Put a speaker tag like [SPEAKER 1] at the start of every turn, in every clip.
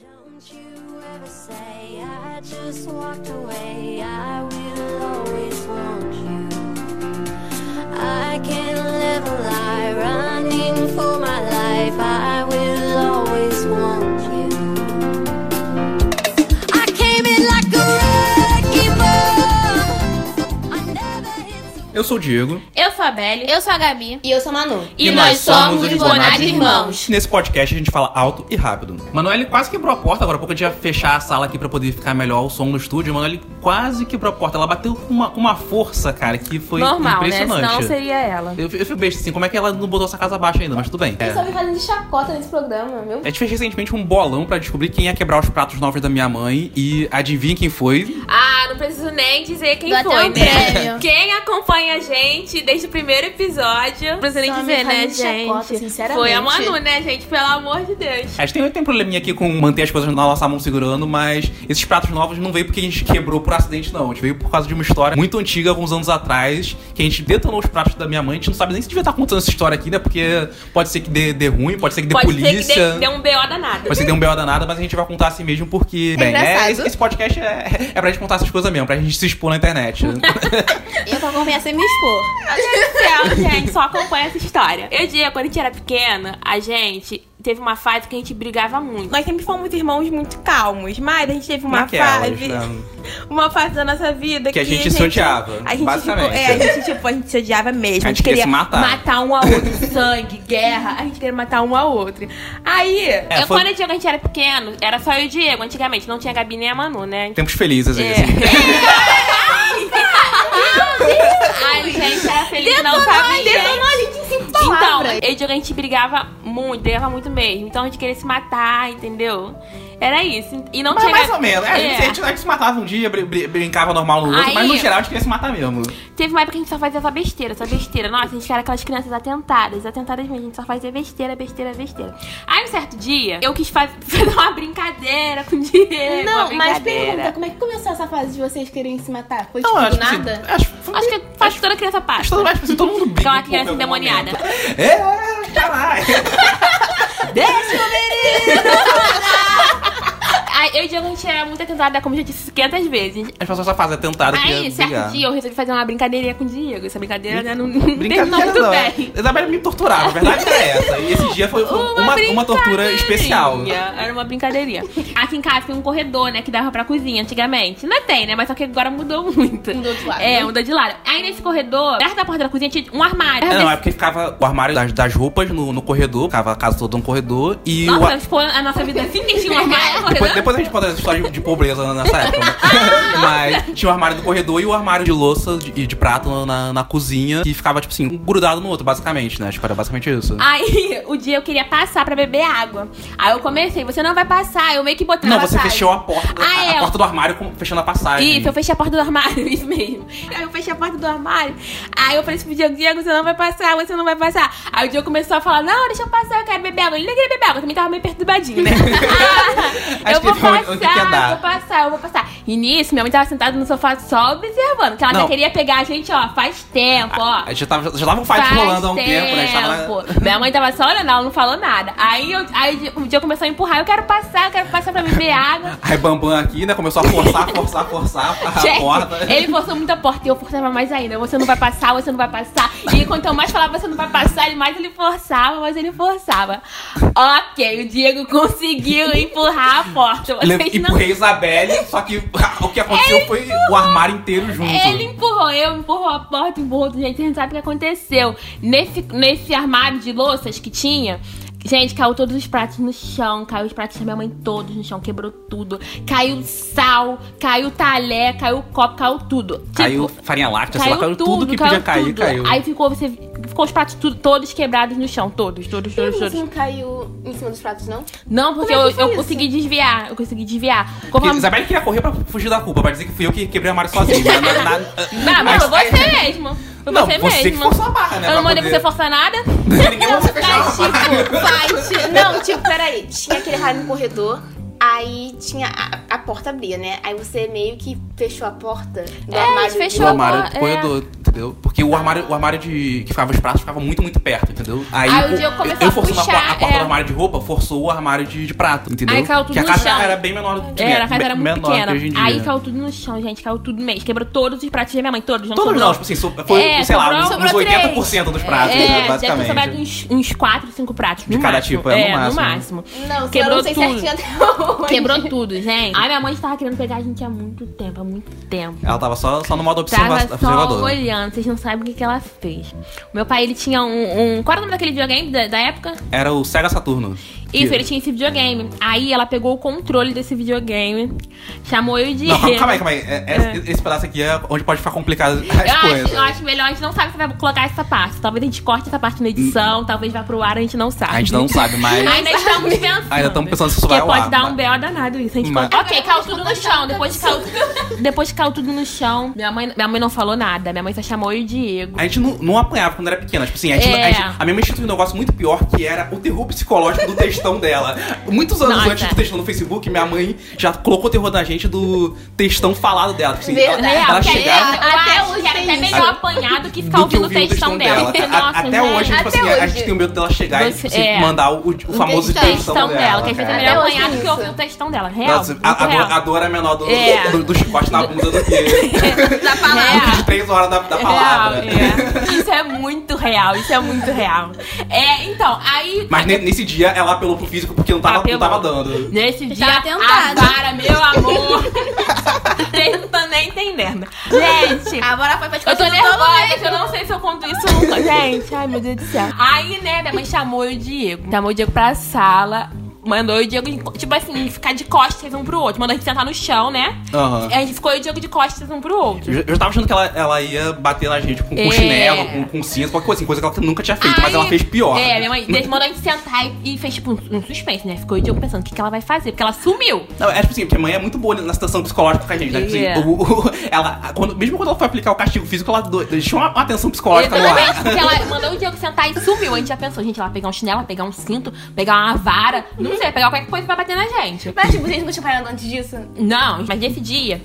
[SPEAKER 1] Don't you ever say I just walked away. I will always want you. I can live a lie running for my life. I will always want you. I came in like a wrecking ball. I never hit so
[SPEAKER 2] Eu sou o Diego.
[SPEAKER 3] Eu sou a Belle. Eu sou a Gabi.
[SPEAKER 4] E eu sou a Manu.
[SPEAKER 3] E, nós, somos os Bonados
[SPEAKER 2] Bonados
[SPEAKER 3] Irmãos.
[SPEAKER 2] Nesse podcast a gente fala alto e rápido. Manoel ele quase quebrou a porta, agora há pouco eu tinha que fechar a sala aqui pra poder ficar melhor o som no estúdio. Manoel ele quase quebrou a porta. Ela bateu com uma, com uma força, cara, que foi
[SPEAKER 3] Normal, né?
[SPEAKER 2] impressionante.
[SPEAKER 3] Senão seria ela.
[SPEAKER 2] Eu, eu fico besta assim, como é que ela não botou essa casa abaixo ainda, mas tudo bem.
[SPEAKER 4] Eu
[SPEAKER 2] É.
[SPEAKER 4] só me fazendo de chacota nesse programa, meu.
[SPEAKER 2] A gente fez recentemente um bolão pra descobrir quem ia quebrar os pratos novos da minha mãe e adivinha quem foi?
[SPEAKER 5] Ah, não preciso nem dizer quem
[SPEAKER 3] Dá até
[SPEAKER 5] foi,
[SPEAKER 3] um
[SPEAKER 5] né?
[SPEAKER 3] prêmio.
[SPEAKER 5] Quem acompanha a gente desde o primeiro episódio. Não precisa nem
[SPEAKER 4] Só me
[SPEAKER 5] dizer, né,
[SPEAKER 4] faz de chacota,
[SPEAKER 5] gente?
[SPEAKER 4] sinceramente.
[SPEAKER 5] Foi a Manu, né, gente? Pelo amor de Deus.
[SPEAKER 2] A gente tem, tem um probleminha aqui com manter as coisas na nossa mão segurando, mas esses pratos novos não veio porque a gente quebrou por acidente, não. A gente veio por causa de uma história muito antiga, alguns anos atrás, que a gente detonou os pratos da minha mãe. A gente não sabe nem se devia estar contando essa história aqui, né? Porque pode ser que dê, dê ruim, pode ser que dê
[SPEAKER 5] Pode
[SPEAKER 2] polícia.
[SPEAKER 5] ser que dê, dê um BO danado.
[SPEAKER 2] Pode ser que dê um B.O. danado, mas a gente vai contar assim mesmo porque. bem, é,
[SPEAKER 4] engraçado.
[SPEAKER 2] esse, esse podcast é, é pra gente contar essas coisas mesmo, pra gente se expor na internet.
[SPEAKER 4] Eu tô com sem me expor.
[SPEAKER 5] Meu Deus do céu, gente, só acompanha essa história. Eu dia, quando a gente era pequena, a gente teve uma fase que a gente brigava muito.
[SPEAKER 6] Nós sempre fomos irmãos muito calmos, mas a gente teve uma
[SPEAKER 2] Naquelas,
[SPEAKER 6] fase.
[SPEAKER 2] né?
[SPEAKER 6] Uma fase da nossa vida que,
[SPEAKER 2] Que a gente se odiava,
[SPEAKER 6] A gente, tipo,
[SPEAKER 2] basicamente.
[SPEAKER 6] é, a gente, tipo, a gente se odiava mesmo.
[SPEAKER 2] A gente queria se matar.
[SPEAKER 6] matar um ao outro. Sangue, guerra. A gente queria matar um ao outro. Aí.
[SPEAKER 2] É,
[SPEAKER 5] eu,
[SPEAKER 2] foi-
[SPEAKER 5] Quando eu digo que a gente era pequeno, era só eu e o Diego. Antigamente não tinha a Gabi nem a Manu, né?
[SPEAKER 2] Tempos felizes,
[SPEAKER 5] É.
[SPEAKER 2] assim.
[SPEAKER 5] Ai, gente, era feliz, não sabe gente.
[SPEAKER 4] a gente em cinco
[SPEAKER 5] Então,
[SPEAKER 4] palavras.
[SPEAKER 5] eu digo, a gente brigava muito, brigava muito mesmo. Então a gente queria se matar, entendeu? Era isso. E não
[SPEAKER 2] Mas
[SPEAKER 5] tinha.
[SPEAKER 2] mais ou menos. É, A, gente, a,
[SPEAKER 5] É.
[SPEAKER 2] gente, a gente se matava um dia, brin- brin- brincava normal no outro,
[SPEAKER 5] Aí-
[SPEAKER 2] mas no geral a gente queria se matar mesmo.
[SPEAKER 5] Teve uma época que a gente só fazia essa besteira, essa besteira. Nossa, a gente era aquelas crianças atentadas, atentadas mesmo. A gente só fazia besteira, besteira, besteira. Aí um certo dia, eu quis faz- fazer uma brincadeira com o
[SPEAKER 4] é
[SPEAKER 5] Diego. uma
[SPEAKER 4] Não, mas pergunta,
[SPEAKER 5] brincadeira.
[SPEAKER 4] como é que começou essa fase de vocês quererem se matar? Foi
[SPEAKER 2] Não,
[SPEAKER 4] tipo,
[SPEAKER 2] acho
[SPEAKER 4] do
[SPEAKER 2] que assim,
[SPEAKER 4] nada?
[SPEAKER 2] acho, foi-
[SPEAKER 5] Acho que
[SPEAKER 4] é?
[SPEAKER 5] faz toda criança
[SPEAKER 2] acho que
[SPEAKER 5] passa.
[SPEAKER 2] todo, acho que todo mundo briga.
[SPEAKER 5] Então
[SPEAKER 2] um
[SPEAKER 5] uma
[SPEAKER 2] pouco
[SPEAKER 5] criança
[SPEAKER 2] em algum
[SPEAKER 5] endemoniada.
[SPEAKER 2] momento. É, é, caralho.
[SPEAKER 5] Aí eu e o Diego, a gente era muito atentada, como eu já disse 500 vezes.
[SPEAKER 2] As pessoas só fazem atentado que
[SPEAKER 5] Aí,
[SPEAKER 2] ia
[SPEAKER 5] certo
[SPEAKER 2] brigar.
[SPEAKER 5] dia, eu resolvi fazer uma brincadeirinha com o Diego. Essa brincadeira né, não, não terminou
[SPEAKER 2] Brincadeira
[SPEAKER 5] muito
[SPEAKER 2] não. é.
[SPEAKER 5] bem.
[SPEAKER 2] Isabela me torturava, a verdade era essa. E esse dia foi foi uma, uma, tortura
[SPEAKER 5] brincadeirinha.
[SPEAKER 2] especial.
[SPEAKER 5] Era uma brincadeirinha. Aqui em casa tem um corredor, né, que dava pra cozinha antigamente. Não tem, né? Mas só que agora mudou muito.
[SPEAKER 4] Mudou de lado. né?
[SPEAKER 5] É, mudou de lado. Aí nesse corredor, perto da porta da cozinha, tinha um armário.
[SPEAKER 2] É, Não, é porque ficava o armário das, das roupas no, no corredor, ficava a casa toda no corredor e o.
[SPEAKER 5] Nossa,
[SPEAKER 2] a-
[SPEAKER 5] expor a nossa vida assim, que tinha um armário no
[SPEAKER 2] Depois,
[SPEAKER 5] corredor.
[SPEAKER 2] depois a gente conta essa história de- de pobreza nessa época. né? Mas tinha o armário do corredor e o armário de louça de- e de prato na, na cozinha. que ficava, tipo assim, um grudado no outro, basicamente, né? Acho que era basicamente isso.
[SPEAKER 5] Ah, Aí, o dia eu queria passar pra beber água. Aí eu comecei, você não vai passar. Eu meio que botei
[SPEAKER 2] Não, você fechou
[SPEAKER 5] a
[SPEAKER 2] a porta,
[SPEAKER 5] Ah,
[SPEAKER 2] a, a
[SPEAKER 5] é.
[SPEAKER 2] porta do armário com- fechando a passagem.
[SPEAKER 5] Isso, eu fechei a porta do armário, isso mesmo. Aí eu fechei a porta do armário. Aí eu falei assim pro Diego, Diego, você não vai passar, você não vai passar. Aí o Diego começou a falar, não, deixa eu passar, eu quero beber água. Ele nem queria beber água, eu também tava meio perturbadinho, né? Ah,
[SPEAKER 2] Acho
[SPEAKER 5] eu
[SPEAKER 2] que ele
[SPEAKER 5] vou
[SPEAKER 2] viu
[SPEAKER 5] passar,
[SPEAKER 2] onde- onde que ia dar.
[SPEAKER 5] eu vou passar, eu vou passar. E nisso, minha mãe tava sentada no sofá só observando, que ela
[SPEAKER 2] Não.
[SPEAKER 5] já queria pegar a gente, ó, faz tempo, ó.
[SPEAKER 2] A gente já tava, já tava um fight
[SPEAKER 5] Faz
[SPEAKER 2] rolando há um tempo, né? A gente tava lá-
[SPEAKER 5] tempo. Minha mãe tava só olhando, ela não falou nada. Aí, eu, aí o Diego começou a empurrar, eu quero passar, eu quero passar pra beber água.
[SPEAKER 2] Aí Bambam aqui, né? Começou a forçar, forçar, forçar a
[SPEAKER 5] Gente,
[SPEAKER 2] porta.
[SPEAKER 5] Ele forçou muita porta e eu forçava mais ainda. Você não vai passar, você não vai passar. E quanto eu mais falava, você não vai passar, ele mais ele forçava, mais ele forçava. Ok, o Diego conseguiu empurrar a porta.
[SPEAKER 2] Le-
[SPEAKER 5] Vocês não...
[SPEAKER 2] Empurrei Isabelle, só que o que aconteceu foi o armário inteiro junto.
[SPEAKER 5] Ele empurrou eu, empurrou a porta, empurrou outro gente. A gente sabe o que aconteceu. Nesse, nesse armário de louças que tinha. Gente, caiu todos os pratos no chão, caiu os pratos da minha mãe todos no chão, quebrou tudo. Caiu sal, caiu talher, caiu copo, caiu tudo. Tipo,
[SPEAKER 2] Caiu farinha láctea, sei lá, caiu tudo, que
[SPEAKER 5] caiu
[SPEAKER 2] podia cair,
[SPEAKER 5] tudo.
[SPEAKER 2] caiu.
[SPEAKER 5] Aí ficou você ficou os pratos tudo- todos quebrados no chão, todos, todos, todos,
[SPEAKER 4] Isso
[SPEAKER 5] todos.
[SPEAKER 4] não caiu em cima dos pratos, não?
[SPEAKER 5] Não, porque
[SPEAKER 4] Como é
[SPEAKER 5] eu,
[SPEAKER 4] que foi
[SPEAKER 5] eu
[SPEAKER 4] isso?
[SPEAKER 5] consegui desviar, eu consegui desviar.
[SPEAKER 2] Porque
[SPEAKER 5] Conforme-
[SPEAKER 2] Isabelle queria correr pra fugir da culpa, pra dizer que fui eu que quebrei o armário sozinho. mas né? na- na-
[SPEAKER 5] Não, mas foi
[SPEAKER 2] mas- é-
[SPEAKER 5] você mesmo. Foi
[SPEAKER 2] Não,
[SPEAKER 5] você,
[SPEAKER 2] você que
[SPEAKER 5] mesmo.
[SPEAKER 2] forçou a barra, né,
[SPEAKER 5] Eu
[SPEAKER 2] pra
[SPEAKER 5] não mandei
[SPEAKER 2] poder-
[SPEAKER 5] você forçar Tá, nada.
[SPEAKER 2] Ninguém mandou você fechar o
[SPEAKER 4] Mas,
[SPEAKER 2] armário.
[SPEAKER 4] tipo, fight. Não, tipo, peraí. Tinha aquele raio no corredor. Aí tinha. A, a porta abria, né? Aí você meio que fechou a porta do
[SPEAKER 5] É,
[SPEAKER 4] armário.
[SPEAKER 2] O
[SPEAKER 5] fechou
[SPEAKER 4] de-
[SPEAKER 2] armário
[SPEAKER 5] é.
[SPEAKER 2] corredor. entendeu? Porque o armário, o armário de que ficava os pratos ficava muito, muito perto, entendeu? Aí,
[SPEAKER 5] Aí um o
[SPEAKER 2] o-
[SPEAKER 5] Diego começou
[SPEAKER 2] eu
[SPEAKER 5] a
[SPEAKER 2] forçando
[SPEAKER 5] puxar,
[SPEAKER 2] porta, a porta
[SPEAKER 5] é.
[SPEAKER 2] do armário de roupa, forçou o armário de, de prato, entendeu?
[SPEAKER 5] Aí caiu tudo
[SPEAKER 2] que a
[SPEAKER 5] no
[SPEAKER 2] casa
[SPEAKER 5] chão.
[SPEAKER 2] era bem menor do que
[SPEAKER 5] Era, a casa era muito
[SPEAKER 2] menor
[SPEAKER 5] pequena.
[SPEAKER 2] Que hoje em dia.
[SPEAKER 5] Aí caiu tudo no chão, gente. Caiu tudo mesmo. Quebrou todos os pratos da minha mãe, todos. Não
[SPEAKER 2] Todos
[SPEAKER 5] sobrou.
[SPEAKER 2] não, tipo assim, so- foi,
[SPEAKER 5] É,
[SPEAKER 2] sei lá,
[SPEAKER 5] sobrou-
[SPEAKER 2] uns, uns
[SPEAKER 5] sobrou
[SPEAKER 2] 80% dos pratos, né,
[SPEAKER 5] É, deve ter sobrado
[SPEAKER 2] basicamente.
[SPEAKER 5] uns, uns 4, 5 pratos.
[SPEAKER 2] De
[SPEAKER 5] no
[SPEAKER 2] cada
[SPEAKER 5] máximo.
[SPEAKER 2] tipo, é, no máximo, né?
[SPEAKER 4] Não, só eu
[SPEAKER 5] Quebrou
[SPEAKER 4] não sei
[SPEAKER 5] tudo.
[SPEAKER 4] certinho até hoje.
[SPEAKER 5] Quebrou tudo, gente. é. Ai, minha mãe estava querendo pegar a gente há muito tempo, há muito tempo.
[SPEAKER 2] Ela tava só, só no modo observa
[SPEAKER 5] Tava só
[SPEAKER 2] observador.
[SPEAKER 5] olhando, vocês não sabem o que, que ela fez. Meu pai, ele tinha um, um- Qual era o nome daquele videogame da, da época?
[SPEAKER 2] Era o Sega Saturno.
[SPEAKER 5] Isso,
[SPEAKER 2] Que-
[SPEAKER 5] ele tinha esse videogame. Aí ela pegou o controle desse videogame, chamou eu de.
[SPEAKER 2] Não, calma, calma aí, calma aí. É- é- Esse pedaço aqui é onde pode ficar complicado as
[SPEAKER 5] Ah. Eu acho,
[SPEAKER 2] coisas.
[SPEAKER 5] eu acho melhor, a gente não sabe se vai colocar essa parte. Talvez a gente corte essa parte na edição, talvez vá pro ar, a gente não sabe.
[SPEAKER 2] A gente não sabe, mas.
[SPEAKER 5] Ainda estamos pensando.
[SPEAKER 2] Ainda estamos pensando se isso
[SPEAKER 5] Porque
[SPEAKER 2] vai ao
[SPEAKER 5] pode
[SPEAKER 2] ar,
[SPEAKER 5] dar
[SPEAKER 2] mas-
[SPEAKER 5] um B.O. danado isso. A gente
[SPEAKER 2] Mas-
[SPEAKER 5] conta- Ok, caiu tudo no chão. Depois que caiu, depois que caiu tudo no chão, minha mãe, minha mãe não falou nada. Minha mãe só chamou eu e o Diego.
[SPEAKER 2] A gente não, não apanhava quando era pequena. Tipo assim, a, gente,
[SPEAKER 5] É.
[SPEAKER 2] a, gente- a minha mãe instituiu um negócio muito pior que era o terror psicológico do textão dela. Muitos anos
[SPEAKER 5] Nossa.
[SPEAKER 2] antes do textão no Facebook, minha mãe já colocou o terror na gente do textão falado dela. Tipo assim, ela-
[SPEAKER 4] Verdade.
[SPEAKER 2] ela,
[SPEAKER 5] Real, que
[SPEAKER 2] chegava.
[SPEAKER 5] eu
[SPEAKER 4] Até
[SPEAKER 5] acho
[SPEAKER 4] hoje
[SPEAKER 5] que era
[SPEAKER 4] tem
[SPEAKER 5] até
[SPEAKER 4] isso.
[SPEAKER 5] melhor apanhado que ficar
[SPEAKER 2] Do que
[SPEAKER 5] ouvindo o
[SPEAKER 2] ouvir o
[SPEAKER 5] textão
[SPEAKER 2] textão
[SPEAKER 5] dela.
[SPEAKER 2] dela. A-
[SPEAKER 5] Nossa,
[SPEAKER 2] até
[SPEAKER 5] gente.
[SPEAKER 2] hoje, tipo
[SPEAKER 4] Até
[SPEAKER 2] assim, a- a
[SPEAKER 4] hoje.
[SPEAKER 2] gente tem o medo dela chegar e tipo,
[SPEAKER 5] Você-
[SPEAKER 2] assim,
[SPEAKER 5] é.
[SPEAKER 2] mandar o, o famoso
[SPEAKER 4] textão.
[SPEAKER 2] textão,
[SPEAKER 5] textão dela, que às vezes é
[SPEAKER 2] cara.
[SPEAKER 5] melhor
[SPEAKER 4] Até hoje
[SPEAKER 5] apanhado
[SPEAKER 4] tem
[SPEAKER 5] que
[SPEAKER 4] isso.
[SPEAKER 5] ouvir o textão dela. Real.
[SPEAKER 2] Nossa,
[SPEAKER 5] muito
[SPEAKER 2] a, a
[SPEAKER 5] real.
[SPEAKER 2] dor, a dor é menor do,
[SPEAKER 5] É.
[SPEAKER 2] do, do chicote na bunda do que,
[SPEAKER 4] Da palavra.
[SPEAKER 2] do que de três horas da, da palavra.
[SPEAKER 5] É Real, é. Isso é muito real, isso é muito real. É, então, aí.
[SPEAKER 2] Mas ne- nesse dia ela apelou pro físico porque não tava, não
[SPEAKER 5] Apelou.
[SPEAKER 2] tava dando.
[SPEAKER 5] Nesse dia,
[SPEAKER 6] tava tentada.
[SPEAKER 5] a vara, meu amor. Vocês não estão nem entendendo. Gente,
[SPEAKER 4] Ah,
[SPEAKER 6] Agora foi pra
[SPEAKER 5] eu tô
[SPEAKER 6] discussão do todo
[SPEAKER 5] nervosa, que eu não sei se eu conto isso nunca. Gente, ai meu Deus do céu. Aí, né, minha mãe chamou o Diego. Chamou o Diego pra sala. Mandou o Diego, tipo assim, ficar de costas um pro outro. Mandou a gente sentar no chão, né?
[SPEAKER 2] Aham.
[SPEAKER 5] E a gente ficou eu e o Diego de costas um pro outro.
[SPEAKER 2] Eu já- eu já tava achando que ela, ela ia bater na gente com, com
[SPEAKER 5] É.
[SPEAKER 2] chinelo, com, com cinza, qualquer coisa, assim, coisa que ela nunca tinha feito, mas ela fez pior.
[SPEAKER 5] É, minha mãe mandou a gente sentar e, e fez tipo um, um suspense, né? Ficou o Diego pensando o que, que ela vai fazer, porque ela sumiu.
[SPEAKER 2] Não, é tipo assim, porque a mãe é muito boa na situação psicológica com a gente, né? Tipo assim,
[SPEAKER 5] Yeah.
[SPEAKER 2] o- o- ela, quando- mesmo quando ela foi aplicar o castigo físico, ela do- deixou uma, uma atenção psicológica tá no
[SPEAKER 5] Exatamente,
[SPEAKER 2] ar.
[SPEAKER 5] porque ela mandou o Diego sentar e sumiu. A gente já pensou, gente, ela vai pegar um chinelo, vai pegar um cinto, pegar uma vara, não sei, pegar qualquer coisa pra bater na gente.
[SPEAKER 4] Mas, tipo, vocês nunca tinham parado antes disso?
[SPEAKER 5] Não, mas nesse dia.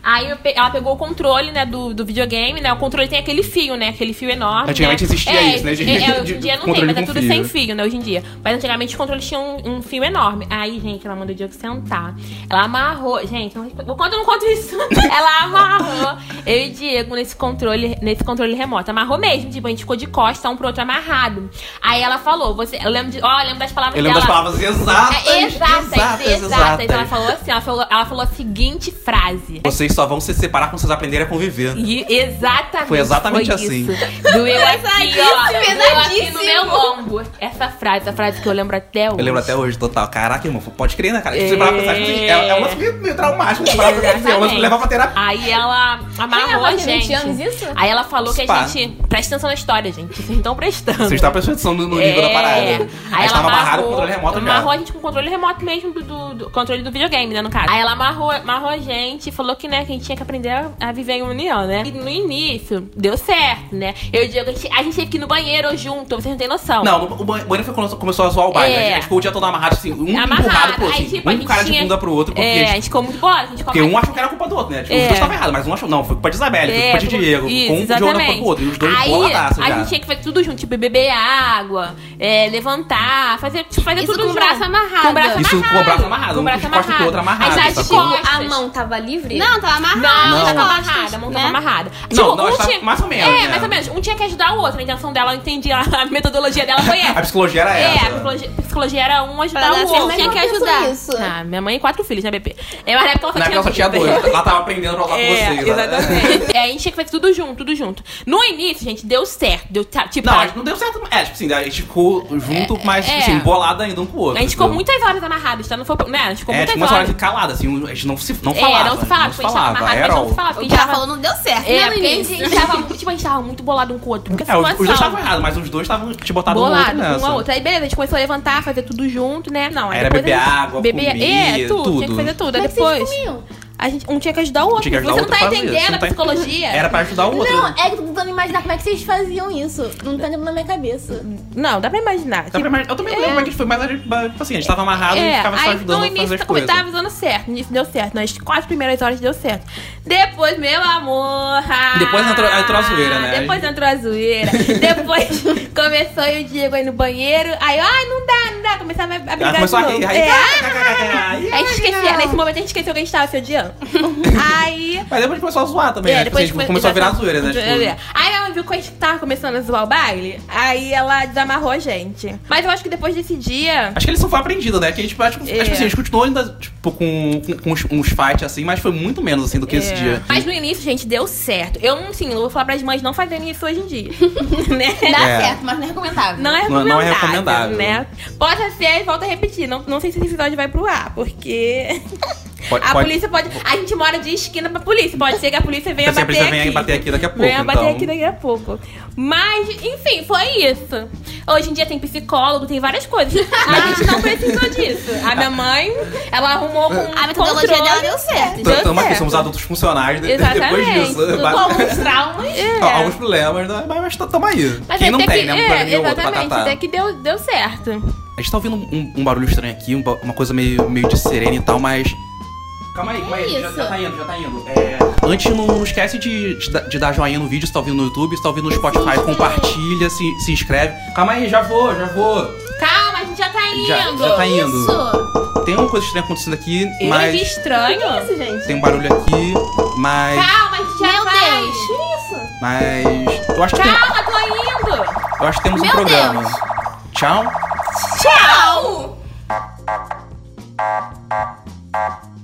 [SPEAKER 5] Aí eu pe- ela pegou o controle, né, do, do videogame, né? O controle tem aquele fio, né? Aquele fio enorme.
[SPEAKER 2] Antigamente
[SPEAKER 5] né?
[SPEAKER 2] existia
[SPEAKER 5] É,
[SPEAKER 2] isso, né, de-
[SPEAKER 5] é, é, hoje
[SPEAKER 2] de
[SPEAKER 5] em dia não tem,
[SPEAKER 2] controle
[SPEAKER 5] mas é
[SPEAKER 2] com
[SPEAKER 5] tudo
[SPEAKER 2] fio.
[SPEAKER 5] sem fio, né? Hoje em dia. Mas antigamente os controles tinham um, um fio enorme. Aí, gente, ela mandou o Diogo sentar. Ela amarrou. Gente, eu não respe- eu conto eu não conto isso. ela amarrou eu e o Diego nesse controle, nesse controle remoto. Amarrou mesmo, tipo, a gente ficou de costa um pro outro amarrado. Aí ela falou, você. Eu lembro de. Ó, eu lembro das palavras
[SPEAKER 2] Eu lembro
[SPEAKER 5] dela.
[SPEAKER 2] das palavras exatas.
[SPEAKER 5] É, exatas, exatas,
[SPEAKER 2] exatas.
[SPEAKER 5] Ela falou assim, ela falou, ela falou a seguinte frase.
[SPEAKER 2] Vocês só vão se separar quando vocês aprenderem a conviver.
[SPEAKER 5] E exatamente.
[SPEAKER 2] Foi exatamente
[SPEAKER 5] foi
[SPEAKER 2] assim.
[SPEAKER 5] Isso. Doeu aqui, ó. Doeu aqui no
[SPEAKER 4] pesadíssimo.
[SPEAKER 5] meu lombo. Essa frase, essa frase que eu lembro até hoje.
[SPEAKER 2] Eu lembro até hoje, total. Caraca, irmão, pode crer, né, cara? Se
[SPEAKER 5] É.
[SPEAKER 2] Você parar pra pensar, tipo assim, é, é um lance meio meio traumático, você parar pra pensar, é um lance que levar pra terapia.
[SPEAKER 5] Aí ela amarrou a
[SPEAKER 4] Ela tem 20
[SPEAKER 5] gente.
[SPEAKER 4] anos, isso?
[SPEAKER 5] Aí ela falou que
[SPEAKER 2] Spa.
[SPEAKER 5] a gente. Presta atenção na história, gente. Vocês não estão prestando.
[SPEAKER 2] Vocês estão prestando atenção no no nível da parada. a
[SPEAKER 5] É. Aí
[SPEAKER 2] gente
[SPEAKER 5] ela
[SPEAKER 2] tava
[SPEAKER 5] amarrou,
[SPEAKER 2] amarrado com o controle remoto já.
[SPEAKER 5] Amarrou a gente com o controle remoto mesmo do, do- do controle do videogame, né, no caso. Aí ela amarrou, amarrou a gente e falou que, né, que a gente tinha que aprender a- a viver em união, né? E no início, deu certo, né? Eu e o Diego, a gente, a gente teve que ir no banheiro junto, vocês não têm noção.
[SPEAKER 2] Não, o ban- o banheiro foi quando começou a zoar o baile.
[SPEAKER 5] É.
[SPEAKER 2] né? A gente ficou o dia todo amarrado, assim, um empurrado
[SPEAKER 5] Amarrado.
[SPEAKER 2] pro outro.
[SPEAKER 5] Aí,
[SPEAKER 2] assim,
[SPEAKER 5] tipo, a
[SPEAKER 2] um
[SPEAKER 5] gente
[SPEAKER 2] cara
[SPEAKER 5] tinha-
[SPEAKER 2] de bunda pro outro, porque, tipo,
[SPEAKER 5] É, a gente ficou muito bola, a gente ficou
[SPEAKER 2] porque um
[SPEAKER 5] mais-
[SPEAKER 2] achou que era culpa do outro, né? Tipo,
[SPEAKER 5] É.
[SPEAKER 2] Os dois estavam errados, mas um achou. Não, foi culpa de Isabelle, foi culpa de
[SPEAKER 5] tudo-
[SPEAKER 2] Diego.
[SPEAKER 5] Isso,
[SPEAKER 2] um jogando culpa
[SPEAKER 5] exatamente.
[SPEAKER 2] pro outro. E os dois
[SPEAKER 5] Aí,
[SPEAKER 2] boladaços
[SPEAKER 5] A
[SPEAKER 2] já.
[SPEAKER 5] gente tinha que fazer tudo junto, tipo, beber água, é, levantar, fazer, tipo, fazer
[SPEAKER 6] Isso
[SPEAKER 5] tudo
[SPEAKER 6] com o
[SPEAKER 5] junto.
[SPEAKER 6] braço amarrado.
[SPEAKER 5] Com o braço
[SPEAKER 2] Isso com o
[SPEAKER 5] amarrado.
[SPEAKER 2] braço amarrado,
[SPEAKER 5] Com o
[SPEAKER 2] um
[SPEAKER 5] braço
[SPEAKER 2] de costas pro
[SPEAKER 5] amarrado.
[SPEAKER 2] outro amarrado,
[SPEAKER 5] Aí, já de
[SPEAKER 2] sacou?
[SPEAKER 5] costas.
[SPEAKER 4] A mão tava livre?
[SPEAKER 6] Não, tava amarrado.
[SPEAKER 5] Não,
[SPEAKER 6] tava
[SPEAKER 5] tava
[SPEAKER 6] costas,
[SPEAKER 5] amarrada, a mão tava
[SPEAKER 6] né?
[SPEAKER 5] amarrada. Tipo,
[SPEAKER 2] Não, não, tá-
[SPEAKER 5] tinha-
[SPEAKER 2] mais ou menos,
[SPEAKER 5] É,
[SPEAKER 2] né?
[SPEAKER 5] mais ou menos. Um tinha que ajudar o outro. A intenção dela, eu entendi. A, a metodologia dela foi
[SPEAKER 2] A
[SPEAKER 5] essa.
[SPEAKER 2] psicologia era
[SPEAKER 5] É, a
[SPEAKER 2] essa.
[SPEAKER 5] psicologia, psicologia era um
[SPEAKER 6] Pra
[SPEAKER 5] ajudar
[SPEAKER 6] dar
[SPEAKER 5] o
[SPEAKER 6] certo,
[SPEAKER 5] outro.
[SPEAKER 6] mas
[SPEAKER 5] Tinha
[SPEAKER 6] não
[SPEAKER 5] que
[SPEAKER 6] penso
[SPEAKER 5] ajudar.
[SPEAKER 6] nisso.
[SPEAKER 5] Ah, minha mãe e quatro filhos, né, BP? É, mas na época ela só
[SPEAKER 2] Na época
[SPEAKER 5] tinha
[SPEAKER 2] ela só tinha dois. Ela tava aprendendo pra falar com
[SPEAKER 5] É,
[SPEAKER 2] vocês. ela-
[SPEAKER 5] exatamente. é, a gente tinha que fazer tudo junto, tudo junto. No início, gente, deu certo. Deu, tá- tipo,
[SPEAKER 2] Não,
[SPEAKER 5] a-
[SPEAKER 2] acho que não deu certo. É, tipo assim, a gente ficou junto, mas, tipo
[SPEAKER 5] é.
[SPEAKER 2] assim, bolado ainda um com o outro.
[SPEAKER 5] a gente ficou
[SPEAKER 2] entendeu?
[SPEAKER 5] muitas horas amarradas, tá? Não foi, né? A gente ficou
[SPEAKER 2] É,
[SPEAKER 5] muitas
[SPEAKER 2] tipo, umas
[SPEAKER 5] horas.
[SPEAKER 2] horas caladas, assim, a gente não se não
[SPEAKER 5] é,
[SPEAKER 2] falava.
[SPEAKER 5] não se falava, porque a gente tava amarrado, mas
[SPEAKER 2] era
[SPEAKER 5] não se
[SPEAKER 2] o-
[SPEAKER 5] falava.
[SPEAKER 6] O
[SPEAKER 5] porque
[SPEAKER 6] que
[SPEAKER 5] a gente
[SPEAKER 6] ela
[SPEAKER 5] tava-
[SPEAKER 6] falou não deu certo,
[SPEAKER 5] É,
[SPEAKER 6] né,
[SPEAKER 5] porque a
[SPEAKER 6] Luiz?
[SPEAKER 5] gente, a gente tava, tipo, a gente tava muito bolado um com o outro. Porque
[SPEAKER 2] É, os, os
[SPEAKER 5] situação.
[SPEAKER 2] dois estavam errados, mas os dois estavam te botando um no outro
[SPEAKER 5] bolado
[SPEAKER 2] nessa.
[SPEAKER 5] com a outra. Aí beleza, a gente começou a levantar, fazer tudo junto, né? Não, aí
[SPEAKER 2] Era
[SPEAKER 5] depois a
[SPEAKER 2] beber
[SPEAKER 5] gente-
[SPEAKER 2] água,
[SPEAKER 5] beber
[SPEAKER 2] comia,
[SPEAKER 5] é, tudo, tinha
[SPEAKER 2] tudo.
[SPEAKER 5] que fazer tudo. Aí
[SPEAKER 6] Como é que
[SPEAKER 5] depois.
[SPEAKER 6] vocês comiam?
[SPEAKER 5] A gente, um tinha que ajudar o outro.
[SPEAKER 2] Tinha que ajudar
[SPEAKER 5] você
[SPEAKER 2] o outro a
[SPEAKER 5] não tá
[SPEAKER 2] fazer, você
[SPEAKER 5] entendendo
[SPEAKER 2] não
[SPEAKER 5] a
[SPEAKER 2] tá-
[SPEAKER 5] psicologia?
[SPEAKER 2] Era pra ajudar o outro.
[SPEAKER 1] Não, é que eu tô tentando imaginar como é que vocês faziam isso. Não tá entrando na minha cabeça.
[SPEAKER 5] Não, dá pra imaginar.
[SPEAKER 2] Dá pra
[SPEAKER 5] Tipo,
[SPEAKER 2] imaginar- Eu também não lembro como é que a gente foi, mas a gente, mas, assim, a gente tava amarrado e
[SPEAKER 5] é,
[SPEAKER 2] ficava só
[SPEAKER 5] aí
[SPEAKER 2] ajudando
[SPEAKER 5] no
[SPEAKER 2] a fazer
[SPEAKER 5] início
[SPEAKER 2] as
[SPEAKER 5] tava,
[SPEAKER 2] coisas.
[SPEAKER 5] tava dando certo. No início deu certo. Nas quatro primeiras horas deu certo. Depois, meu amor. ah,
[SPEAKER 2] Depois entrou- entrou a zoeira, né?
[SPEAKER 5] Depois entrou a zoeira. depois começou eu e o Diego aí no banheiro. Aí, ai, não dá, não dá. Começava a brigar
[SPEAKER 2] Ela começou a
[SPEAKER 5] de novo.
[SPEAKER 2] rir, aí-
[SPEAKER 5] É,
[SPEAKER 2] aí-
[SPEAKER 5] a gente esquecia. Nesse momento a gente esqueceu que a gente tava se odiando. aí. é,
[SPEAKER 2] Mas depois começou a zoar também, né? Tipo, assim,
[SPEAKER 5] foi-
[SPEAKER 2] começou a virar
[SPEAKER 5] exatamente.
[SPEAKER 2] zoeira, né?
[SPEAKER 5] É.
[SPEAKER 2] Tipo,
[SPEAKER 5] Aí minha mãe viu que a gente tava começando a zoar o baile, aí ela desamarrou a gente. Mas eu acho que depois desse dia.
[SPEAKER 2] Acho que eles só foi aprendido, né? Que a gente, acho, que-
[SPEAKER 5] É.
[SPEAKER 2] acho que assim, a gente continuou ainda, tipo, com, com, com uns, uns fights, assim, mas foi muito menos, assim, do que esse
[SPEAKER 5] É.
[SPEAKER 2] dia.
[SPEAKER 5] Mas no início, gente, deu certo. Eu, não sim, eu vou falar pras mães não fazerem isso hoje em dia. né?
[SPEAKER 1] Dá
[SPEAKER 2] É.
[SPEAKER 1] certo, mas não é recomendável.
[SPEAKER 5] Não é
[SPEAKER 2] Não-
[SPEAKER 5] recomendável.
[SPEAKER 2] não é recomendável.
[SPEAKER 5] Né? Pode ser, e volta a repetir. Não, não sei se esse episódio vai pro ar, porque.
[SPEAKER 2] Pode-
[SPEAKER 5] a
[SPEAKER 2] pode-
[SPEAKER 5] polícia pode. A gente mora de esquina pra polícia. Pode ser que a polícia venha
[SPEAKER 2] Você
[SPEAKER 5] bater
[SPEAKER 2] precisa
[SPEAKER 5] aqui.
[SPEAKER 2] vir bater aqui daqui a pouco.
[SPEAKER 5] Venha bater
[SPEAKER 2] então.
[SPEAKER 5] aqui daqui a pouco. Mas, enfim, foi isso. Hoje em dia tem psicólogo, tem várias coisas. A gente não precisou disso. A minha mãe, ela
[SPEAKER 2] É.
[SPEAKER 5] arrumou com
[SPEAKER 1] A metodologia dela
[SPEAKER 5] controle.
[SPEAKER 1] deu certo.
[SPEAKER 5] deu
[SPEAKER 2] Estamos aqui,
[SPEAKER 5] certo.
[SPEAKER 2] somos adultos funcionários de- depois
[SPEAKER 5] Exatamente. É.
[SPEAKER 2] disso. Ba-
[SPEAKER 7] Alguns traumas.
[SPEAKER 2] Alguns problemas, né? mas, mas tamo aí.
[SPEAKER 5] Mas
[SPEAKER 2] Quem
[SPEAKER 5] até
[SPEAKER 2] não tem,
[SPEAKER 5] que,
[SPEAKER 2] né? Um pra mim
[SPEAKER 5] é,
[SPEAKER 2] e o outro pra
[SPEAKER 5] exatamente,
[SPEAKER 2] catar.
[SPEAKER 5] até que deu, deu certo.
[SPEAKER 2] A gente tá ouvindo um, um barulho estranho aqui, um ba- uma coisa meio, meio de sirene e tal, mas. Calma aí, calma aí, já,
[SPEAKER 1] é isso?
[SPEAKER 2] já tá indo, já tá indo. É, Antes, não, não esquece de, de, da- de dar joinha no vídeo, se tá ouvindo no YouTube, se tá ouvindo no Spotify, compartilha, se, se inscreve. Calma aí, já vou, já vou.
[SPEAKER 5] Calma, a gente já tá indo.
[SPEAKER 2] Já, já tá indo.
[SPEAKER 1] Isso.
[SPEAKER 2] Tem uma coisa estranha acontecendo aqui,
[SPEAKER 5] Eu vi
[SPEAKER 2] mas.
[SPEAKER 5] é estranho.
[SPEAKER 1] Isso, gente.
[SPEAKER 2] Tem um barulho aqui, mas.
[SPEAKER 5] Calma, a gente já
[SPEAKER 1] Meu
[SPEAKER 5] vai.
[SPEAKER 1] Deus.
[SPEAKER 2] Mas. Eu acho que tem,
[SPEAKER 5] Calma, tô indo.
[SPEAKER 2] eu acho que temos um
[SPEAKER 1] Meu
[SPEAKER 2] programa.
[SPEAKER 1] Deus.
[SPEAKER 2] Tchau.
[SPEAKER 5] Tchau.